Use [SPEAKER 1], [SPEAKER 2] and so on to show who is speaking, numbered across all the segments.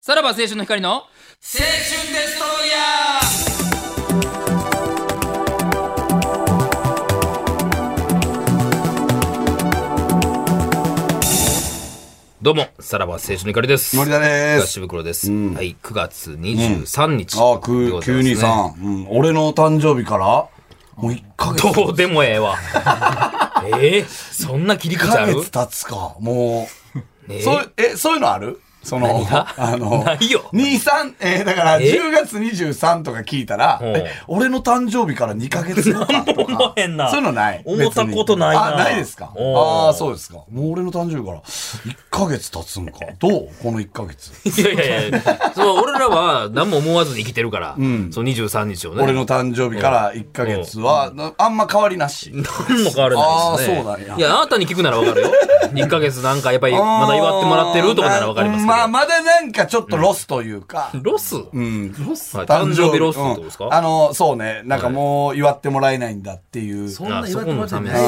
[SPEAKER 1] さらば青春の光の青春デストロイヤーどうも、さらば青春の光です。
[SPEAKER 2] 森田です
[SPEAKER 1] 東袋です。はい、9月23日、
[SPEAKER 2] ああ、く、
[SPEAKER 1] でございますね
[SPEAKER 2] 923、うん。俺の誕生日から、もう1ヶ月。
[SPEAKER 1] どうでもええ わ。ええそんな切り
[SPEAKER 2] 1
[SPEAKER 1] 口あ
[SPEAKER 2] ヶ
[SPEAKER 1] る
[SPEAKER 2] 月経つか。もう、
[SPEAKER 1] え
[SPEAKER 2] そう、え、そういうのあるその
[SPEAKER 1] 何が、
[SPEAKER 2] あの、
[SPEAKER 1] ないよ
[SPEAKER 2] 23、えーだから、
[SPEAKER 1] え
[SPEAKER 2] 10月23とか聞いたら、
[SPEAKER 1] うん
[SPEAKER 2] え俺の誕生日から2ヶ月後かとか。
[SPEAKER 3] なんも思えんな
[SPEAKER 2] そういうのない。
[SPEAKER 3] 思ったことないな
[SPEAKER 2] 別にあ、ないですか。
[SPEAKER 3] うん
[SPEAKER 2] ああ、そうですか。もう俺の誕生日から1ヶ月経つんか。どうこの1ヶ月。
[SPEAKER 1] いやいやいや、そう俺らは何も思わずに生きてるから、その23日をね。
[SPEAKER 2] 俺の誕生日から1ヶ月は、なあんま変わりなし。
[SPEAKER 1] 何も変わらないですね。
[SPEAKER 2] あーそうなんや
[SPEAKER 1] いや、あなたに聞くならわかるよ。1ヶ月なんかやっぱりまだ祝ってもらってるとかならわかりますけど。
[SPEAKER 2] まあ、まだなんかちょっとロスというか。
[SPEAKER 1] ロス、
[SPEAKER 2] うん。ロス
[SPEAKER 1] はい誕生日ロスってことですか、
[SPEAKER 2] あの、そうね。なんかもう祝ってもらえないんだっていう。
[SPEAKER 3] そんな言われてもらってないな。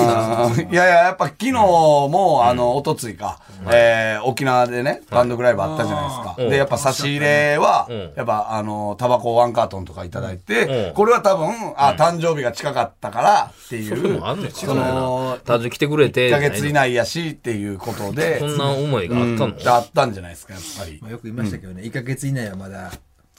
[SPEAKER 2] あ ーいやいや、やっぱ昨日も、あの、おとついか、えー沖縄でね、単独ライブあったじゃないですか。
[SPEAKER 1] うん
[SPEAKER 2] で、やっぱ差し入れは
[SPEAKER 1] うん、
[SPEAKER 2] やっぱ、あの、タバコワンカートンとかいただいて、
[SPEAKER 1] うん
[SPEAKER 2] これは多分、あ、誕生日が近かったからってい
[SPEAKER 1] そういうの
[SPEAKER 2] う、
[SPEAKER 1] もあんのか
[SPEAKER 2] その
[SPEAKER 1] な。単純に来てくれて。
[SPEAKER 2] 1ヶ月以内やしっていうことで、
[SPEAKER 1] そんな思いがあったの、
[SPEAKER 2] うんあったんじゃないですか、やっぱり
[SPEAKER 4] ま。あ、よく言いましたけどね、一1ヶ月以内はまだ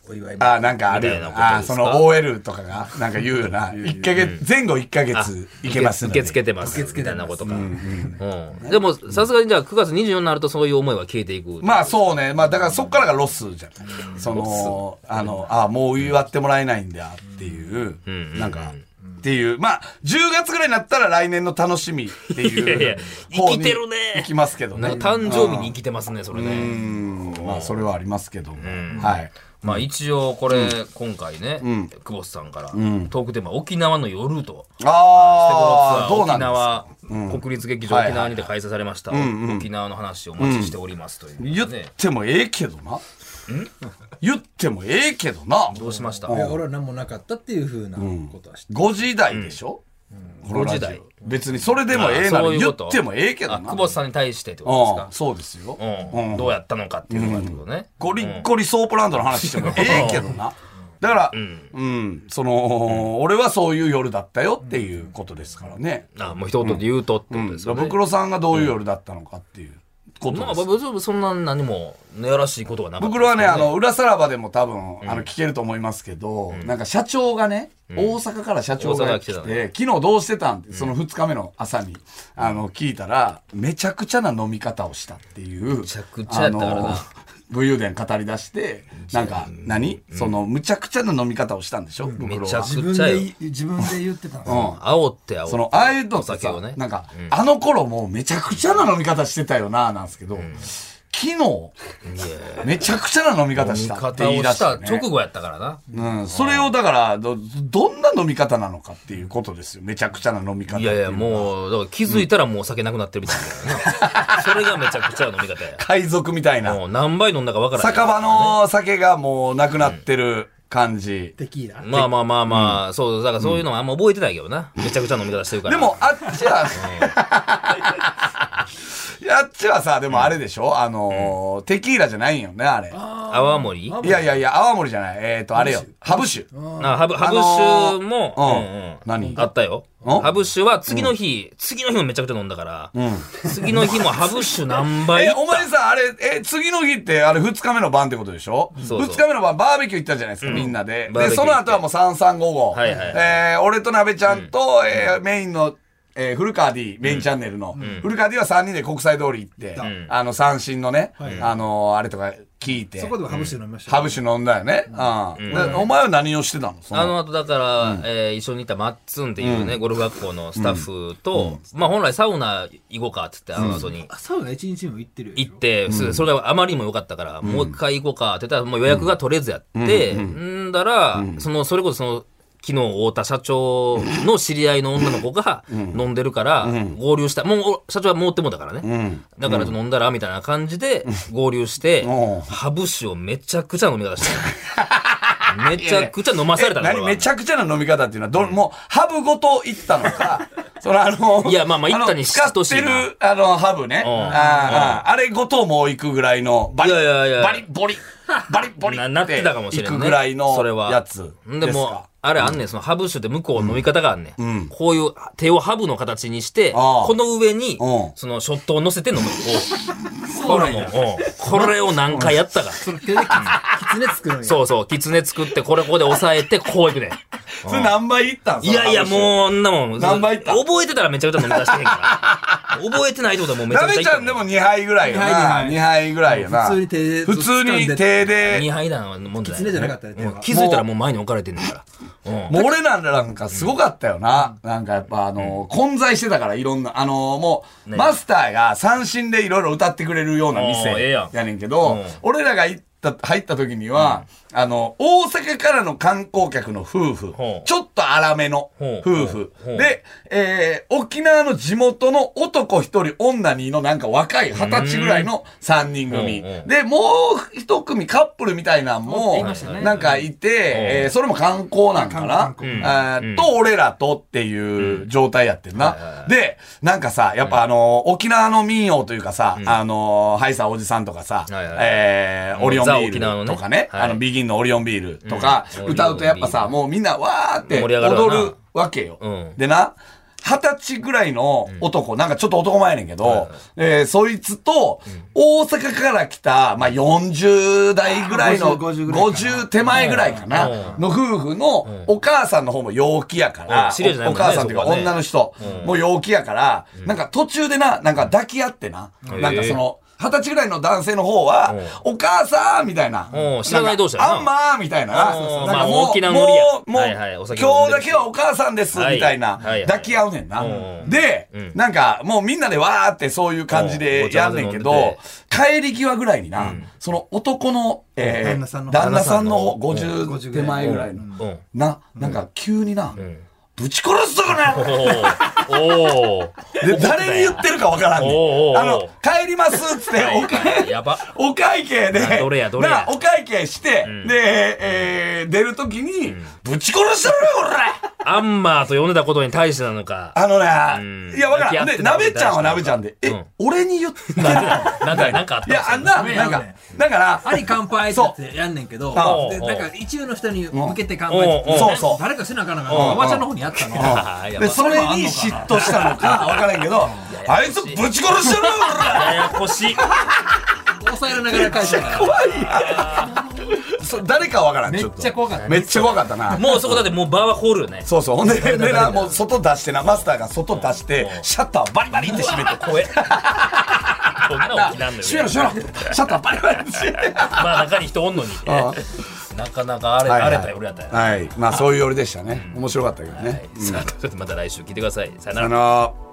[SPEAKER 4] お祝い
[SPEAKER 2] あーなんかあるよ
[SPEAKER 1] みたいなこと
[SPEAKER 2] な。あー
[SPEAKER 1] です
[SPEAKER 2] そ
[SPEAKER 1] か
[SPEAKER 2] の OL とかが、なんか言うよな。一ヶ月、前後1ヶ月いけますの
[SPEAKER 1] 受
[SPEAKER 2] で。
[SPEAKER 1] け付けてます。
[SPEAKER 4] 受け付け
[SPEAKER 1] みた
[SPEAKER 4] て
[SPEAKER 1] いな
[SPEAKER 4] ます
[SPEAKER 1] ことか。うんでも、さすがにじゃあ9月24になるとそういう思いは消えていく。
[SPEAKER 2] まあそうね。まあだからそっからがロスじゃない。その、あの、あーもう祝ってもらえないんだっていう、
[SPEAKER 1] ん
[SPEAKER 2] なんか、っていう。まあ、10月ぐらいになったら来年の楽しみって
[SPEAKER 1] いやいや
[SPEAKER 2] いう
[SPEAKER 1] 生
[SPEAKER 2] 方
[SPEAKER 1] き
[SPEAKER 2] に。
[SPEAKER 1] てるね
[SPEAKER 2] 行きますけどね。
[SPEAKER 1] 誕生日に生きてますね、それ
[SPEAKER 2] う
[SPEAKER 1] ね。
[SPEAKER 2] ん。まあそれはありますけども。はい。
[SPEAKER 1] まあ一応これ、今回ね、久保田さんから、トークテーマ沖縄の夜と。
[SPEAKER 2] ああ、どうな
[SPEAKER 1] 沖
[SPEAKER 2] んですか
[SPEAKER 1] 縄、国立劇場沖縄にて開催されました、沖縄の話をお待ちしておりますという、
[SPEAKER 2] 言ってもええけどな。言ってもええけどな。
[SPEAKER 1] どうしました
[SPEAKER 4] いや俺は何もなかったっていうふうなことは知ってる、
[SPEAKER 2] 5時台でしょ、このラジ
[SPEAKER 1] 5時
[SPEAKER 2] オ
[SPEAKER 1] 台
[SPEAKER 2] 別にそれでもええな
[SPEAKER 1] あ
[SPEAKER 2] ら
[SPEAKER 1] そういう
[SPEAKER 2] 言
[SPEAKER 1] こ
[SPEAKER 2] っ
[SPEAKER 1] と
[SPEAKER 2] てもええけど
[SPEAKER 1] あ
[SPEAKER 2] な
[SPEAKER 1] 久保田さんに対してってこと
[SPEAKER 2] あ
[SPEAKER 1] です
[SPEAKER 2] そうですよ、
[SPEAKER 1] か、うんどうやったのかっていうのがってことね、
[SPEAKER 2] ゴリッゴリソープランドの話してもええけどなだからうん、その、俺はそういう夜だったよっていうことですからね、
[SPEAKER 1] あもう一言で言うとってことです
[SPEAKER 2] だ
[SPEAKER 1] よ
[SPEAKER 2] か
[SPEAKER 1] ね、
[SPEAKER 2] らブクロさんがどういう夜だったのかっていうことです
[SPEAKER 1] まあ別にそんな何もやらしいことはなかった
[SPEAKER 2] ブ
[SPEAKER 1] で
[SPEAKER 2] ク
[SPEAKER 1] すか
[SPEAKER 2] ロは
[SPEAKER 1] ら
[SPEAKER 2] ね、あの、裏さらばでも多分、あの、聞けると思いますけど、なんか社長がね、大阪から社長
[SPEAKER 1] 大阪
[SPEAKER 2] が
[SPEAKER 1] 来て
[SPEAKER 2] 来
[SPEAKER 1] た
[SPEAKER 2] て、昨日どうしてたんって、その2日目の朝に、あの、聞いたら、めちゃくちゃな飲み方をしたっていう。め
[SPEAKER 1] ちゃくちゃやったからな
[SPEAKER 2] 武勇伝語り出して、なんか何、その、むちゃくちゃな飲み方をしたんでしょブクロ
[SPEAKER 1] めちゃ
[SPEAKER 2] は
[SPEAKER 1] く。
[SPEAKER 4] 自分
[SPEAKER 1] ちっちゃい
[SPEAKER 4] で自分で言ってたんですよ、
[SPEAKER 1] 煽って煽って
[SPEAKER 2] その、ああいうのって
[SPEAKER 1] お酒
[SPEAKER 2] さ
[SPEAKER 1] をね
[SPEAKER 2] なんか、あの頃もうめちゃくちゃな飲み方してたよな、なんですけど、昨日、めちゃくちゃな飲み方したって
[SPEAKER 1] 方を
[SPEAKER 2] 言い出
[SPEAKER 1] し
[SPEAKER 2] して、
[SPEAKER 1] た
[SPEAKER 2] ね。
[SPEAKER 1] 直後やったからな、
[SPEAKER 2] うん、それをだからど、どんな飲み方なのかっていうことですよ。めちゃくちゃな飲み方って
[SPEAKER 1] い
[SPEAKER 2] いう
[SPEAKER 1] や
[SPEAKER 2] の
[SPEAKER 1] い
[SPEAKER 2] は
[SPEAKER 1] やもうだから気づいたらもうお酒なくなってるみたいな、それがめちゃくちゃな飲み 方や
[SPEAKER 2] 海賊みたいな。
[SPEAKER 1] もう何杯飲んだかわからない
[SPEAKER 2] 酒場の酒がもうなくなってる感じ。
[SPEAKER 4] テキーラ
[SPEAKER 1] まあまあまあまあ、そう、だからそういうのはあんま覚えてないけどな。めちゃくちゃ飲み方してるから。
[SPEAKER 2] でも、、あっちは、 いやあっちはさ、でもあれでしょあのー、テキーラじゃないんよね、あれ。
[SPEAKER 1] 泡盛
[SPEAKER 2] いやいやいや、泡盛じゃない。えっと、あれよ。ハブ酒。
[SPEAKER 1] あ、ハブ、ハブ酒も、
[SPEAKER 2] あのー
[SPEAKER 1] うんうん
[SPEAKER 2] 何
[SPEAKER 1] あったよ。
[SPEAKER 2] ん
[SPEAKER 1] ハブ酒は次の日、次の日もめちゃくちゃ飲んだから、次の日もハブ酒何杯
[SPEAKER 2] え、お前さ、あれ、え、次の日って、あれ、二日目の晩ってことでしょ
[SPEAKER 1] そうそう
[SPEAKER 2] 二日目の晩、バーベキュー行ったじゃないですか、みんなで。
[SPEAKER 1] バーベ
[SPEAKER 2] で、
[SPEAKER 1] キュー行って
[SPEAKER 2] その後はもう三三五五。
[SPEAKER 1] はいはい
[SPEAKER 2] えー俺と鍋ちゃんと、えーメインの、えー古川 D、メインチャンネルの。古川 D は三人で国際通り行って、あの、三振のね、あのーあれとか聞いて
[SPEAKER 4] そ、こでもハブ酒飲みました
[SPEAKER 2] ハ
[SPEAKER 4] よ、
[SPEAKER 2] ブ酒飲んだよね。うんでお前は何をしてたのそ
[SPEAKER 1] あの後だから、えー一緒にいたマッツンっていうね、ゴルフ学校のスタッフと、まあ本来サウナ行こうかって言って、あの後に。
[SPEAKER 4] サウナ1日も行ってるよ
[SPEAKER 1] 行って、そそれがあまりにも良かったから、もう一回行こうかって言ったら、もう予約が取れずやって、んだら、その、それこそその、昨日太田社長の知り合いの女の子が飲んでるから、合流した。もう、お社長はもうってもうたからね。だから飲んだら、みたいな感じで合流して
[SPEAKER 2] おう、
[SPEAKER 1] ハブ酒をめちゃくちゃ飲み方 した。めちゃくちゃ飲まされたの
[SPEAKER 2] え
[SPEAKER 1] これ
[SPEAKER 2] 何
[SPEAKER 1] は
[SPEAKER 2] めちゃくちゃな飲み方っていうのはど、もう、ハブごと行ったの か、そのあの、
[SPEAKER 1] いやまあまあ行ったに
[SPEAKER 2] の使
[SPEAKER 1] 等
[SPEAKER 2] っ
[SPEAKER 1] しい
[SPEAKER 2] て
[SPEAKER 1] な
[SPEAKER 2] る、あの、ハブ
[SPEAKER 1] ん
[SPEAKER 2] ね。あーあーあれごともう行くぐらいの、バリ、
[SPEAKER 1] いやいやいや
[SPEAKER 2] バリ、ボリ、バリッボリ
[SPEAKER 1] なな
[SPEAKER 2] ッ
[SPEAKER 1] ってたかもしれんね
[SPEAKER 2] 行くぐらいの
[SPEAKER 1] それは
[SPEAKER 2] やつ
[SPEAKER 1] ん
[SPEAKER 2] で
[SPEAKER 1] ですもう
[SPEAKER 2] か。
[SPEAKER 1] あれあんねん、そのハブ酒って向こう飲み方があんねん。
[SPEAKER 2] うん
[SPEAKER 1] こういう手をハブの形にして、
[SPEAKER 2] ああ
[SPEAKER 1] この上に
[SPEAKER 2] うん、
[SPEAKER 1] そのショットを乗せて 飲む。こうこれも、うんこれを何回やった か。
[SPEAKER 4] その手できつね作るんや。
[SPEAKER 1] そうそう、狐作って、これここで押さえて、こういくねん。
[SPEAKER 2] それ何倍いったん
[SPEAKER 1] いやいや、もう、あんなもん。
[SPEAKER 2] 何杯いった
[SPEAKER 1] 覚えてたらめちゃくちゃ飲み出してへんから。 覚えてないってことはもうめちゃ
[SPEAKER 2] な
[SPEAKER 1] くちゃ
[SPEAKER 2] べ
[SPEAKER 1] い
[SPEAKER 2] ちゃんでも2杯ぐらいや
[SPEAKER 4] 二
[SPEAKER 2] な。
[SPEAKER 4] 杯
[SPEAKER 2] 2杯ぐらいやな。
[SPEAKER 4] 普通に手で
[SPEAKER 2] 普通に手で。
[SPEAKER 1] 2杯だのもんじゃない。
[SPEAKER 4] 狐じゃなかったね手は
[SPEAKER 1] うん気づいたらもう前に置かれてんねんから。うん。
[SPEAKER 2] もう俺なんかなんかすごかったよな。なんかやっぱあの、混在してたからいろんな、あの、もう、
[SPEAKER 1] ね
[SPEAKER 2] マスターが三振でいろいろ歌ってくれるような店
[SPEAKER 1] おーええやん
[SPEAKER 2] やねんけど
[SPEAKER 1] うん、
[SPEAKER 2] 俺らが行った、入った時には、あの、大阪からの観光客の夫婦
[SPEAKER 1] ほ、う
[SPEAKER 2] ちょっと荒めの
[SPEAKER 1] ほうほ
[SPEAKER 2] 夫婦
[SPEAKER 1] うほう、
[SPEAKER 2] で、えー沖縄の地元の男一人、女二のなんか若い二十歳ぐらいの三人組。
[SPEAKER 1] うんうん
[SPEAKER 2] で、もう一組カップルみたいなん
[SPEAKER 4] おい
[SPEAKER 2] も
[SPEAKER 4] ました、ね
[SPEAKER 2] なんかいて、えーそれも観光なんかな
[SPEAKER 4] 観、光
[SPEAKER 1] 観
[SPEAKER 2] あ
[SPEAKER 1] 光
[SPEAKER 2] ーと、俺らとっていう状態やってん
[SPEAKER 1] はいはい
[SPEAKER 2] な。
[SPEAKER 1] はい
[SPEAKER 2] で、なんかさ、やっぱあのー、沖縄の民謡というかさ、あのー、ハイサーおじさんとかさ、
[SPEAKER 1] はいはい
[SPEAKER 2] えーオリオンビ
[SPEAKER 1] ザ沖縄の
[SPEAKER 2] ール
[SPEAKER 1] ね
[SPEAKER 2] とかね、
[SPEAKER 1] はい
[SPEAKER 2] あの、ビギンのオリオンビールとか
[SPEAKER 1] うん
[SPEAKER 2] 歌うとやっぱさ、
[SPEAKER 1] オリオンビール
[SPEAKER 2] もうみんなわーって
[SPEAKER 1] 盛り上がるわな
[SPEAKER 2] 踊るわけよ。
[SPEAKER 1] うん
[SPEAKER 2] でな、二十歳ぐらいの男、なんかちょっと男前やねんけど、えーそいつと、大阪から来た、まあ、40代ぐらいの、
[SPEAKER 4] 50ぐらいかな
[SPEAKER 2] 50手前ぐらいか
[SPEAKER 1] うん
[SPEAKER 2] な、の夫婦のお母さんの方も陽気やか
[SPEAKER 1] う
[SPEAKER 2] ら
[SPEAKER 1] ん知り合いじゃ、ない
[SPEAKER 2] お
[SPEAKER 1] もんね
[SPEAKER 2] 母さんというか
[SPEAKER 1] そこはね
[SPEAKER 2] 女の人も陽気やから、なんか途中でな、なんか抱き合ってな、
[SPEAKER 1] うん
[SPEAKER 2] なんかその、二十歳ぐらいの男性の方は、お母さんみたいな
[SPEAKER 1] うん。知らない同士やな
[SPEAKER 2] あんまーみたいな。
[SPEAKER 1] うん
[SPEAKER 2] なん
[SPEAKER 1] ま
[SPEAKER 2] か
[SPEAKER 1] あ
[SPEAKER 2] もう、
[SPEAKER 1] 沖縄
[SPEAKER 2] も
[SPEAKER 1] のノリや
[SPEAKER 2] う、もう
[SPEAKER 1] はいはいお、酒飲んで
[SPEAKER 2] 今
[SPEAKER 1] る
[SPEAKER 2] 日だけはお母さんです、みたいな
[SPEAKER 1] はいはいは。い
[SPEAKER 2] 抱き合うねんな
[SPEAKER 1] う。ん
[SPEAKER 2] で
[SPEAKER 1] うん、
[SPEAKER 2] なんか、もうみんなでわーってそういう感じ
[SPEAKER 1] う
[SPEAKER 2] で
[SPEAKER 1] ん
[SPEAKER 2] やんねんけ
[SPEAKER 1] ごちゃ混
[SPEAKER 2] ど
[SPEAKER 1] ぜ、
[SPEAKER 2] 帰り際ぐらいにな、その男の、え
[SPEAKER 4] 旦那さん
[SPEAKER 2] ー
[SPEAKER 4] の
[SPEAKER 2] 旦那さんの
[SPEAKER 1] 旦那さん
[SPEAKER 4] の
[SPEAKER 2] 50手前ぐらいの
[SPEAKER 4] う、ん
[SPEAKER 1] うん。
[SPEAKER 2] な、なんか急にな
[SPEAKER 1] うん、
[SPEAKER 2] ぶち殺すぞ、こ
[SPEAKER 1] お
[SPEAKER 2] れ
[SPEAKER 1] おお
[SPEAKER 2] で、誰に言ってるかわからんね
[SPEAKER 1] おうおうお
[SPEAKER 2] ん。
[SPEAKER 1] う
[SPEAKER 2] あの、帰りますっつって、お
[SPEAKER 1] お
[SPEAKER 2] 金
[SPEAKER 1] やば。
[SPEAKER 2] お会計で、
[SPEAKER 1] などれやどれや
[SPEAKER 2] なお会計して、
[SPEAKER 1] ん
[SPEAKER 2] で、えー出るときに、ぶち殺してるよ、これ
[SPEAKER 1] アンマーと呼んでたことに対してなのか。
[SPEAKER 2] あの
[SPEAKER 1] う
[SPEAKER 2] ね、
[SPEAKER 1] ん
[SPEAKER 2] いや、わからん。
[SPEAKER 1] 抱き合っ
[SPEAKER 2] で、
[SPEAKER 1] てた
[SPEAKER 2] 鍋ちゃんは鍋ちゃんで、え
[SPEAKER 1] うん、
[SPEAKER 2] 俺に言って る
[SPEAKER 1] なんか、なんかあった
[SPEAKER 2] いや、あんな、なんか、だから、
[SPEAKER 4] あり乾杯ってやつやんねんけど、
[SPEAKER 2] そう
[SPEAKER 4] で
[SPEAKER 1] うん
[SPEAKER 4] なんか一部の人に向けて乾杯って
[SPEAKER 1] うん
[SPEAKER 4] 言って
[SPEAKER 2] そうそう
[SPEAKER 4] 誰かせなあかんのかな、おばちゃんの方にやったの。
[SPEAKER 1] あや
[SPEAKER 2] で、
[SPEAKER 1] ば
[SPEAKER 2] それに嫉妬したのか、わからんけど、あいつぶち殺してるよ、
[SPEAKER 1] や
[SPEAKER 2] 俺
[SPEAKER 1] やこしい。
[SPEAKER 4] 抑えられながら返したから。
[SPEAKER 2] 怖いやんそう誰かわからん、
[SPEAKER 4] め
[SPEAKER 2] ち
[SPEAKER 4] っ
[SPEAKER 2] ょっ
[SPEAKER 4] ちゃ
[SPEAKER 2] と。
[SPEAKER 4] 怖かった。
[SPEAKER 2] めっちゃ怖かったな。
[SPEAKER 1] もうそこだってもうバーはホールよね。
[SPEAKER 2] そうそう。ほんで、でな、もう外出してな、マスターが外出して、シャッターバリバリって閉めて、
[SPEAKER 1] 怖え。こんな沖縄のよ。
[SPEAKER 2] 閉めろ閉めろシャッターバリバリって閉めて。
[SPEAKER 1] まあ中に人おんのに。なかなか荒れ
[SPEAKER 2] はいはい
[SPEAKER 1] 荒れた夜やったよ。
[SPEAKER 2] はい。まあ、そういう夜でしたね。面白かったけどね。
[SPEAKER 1] さあということでまた来週聞いてください。さよなら
[SPEAKER 2] あ。のー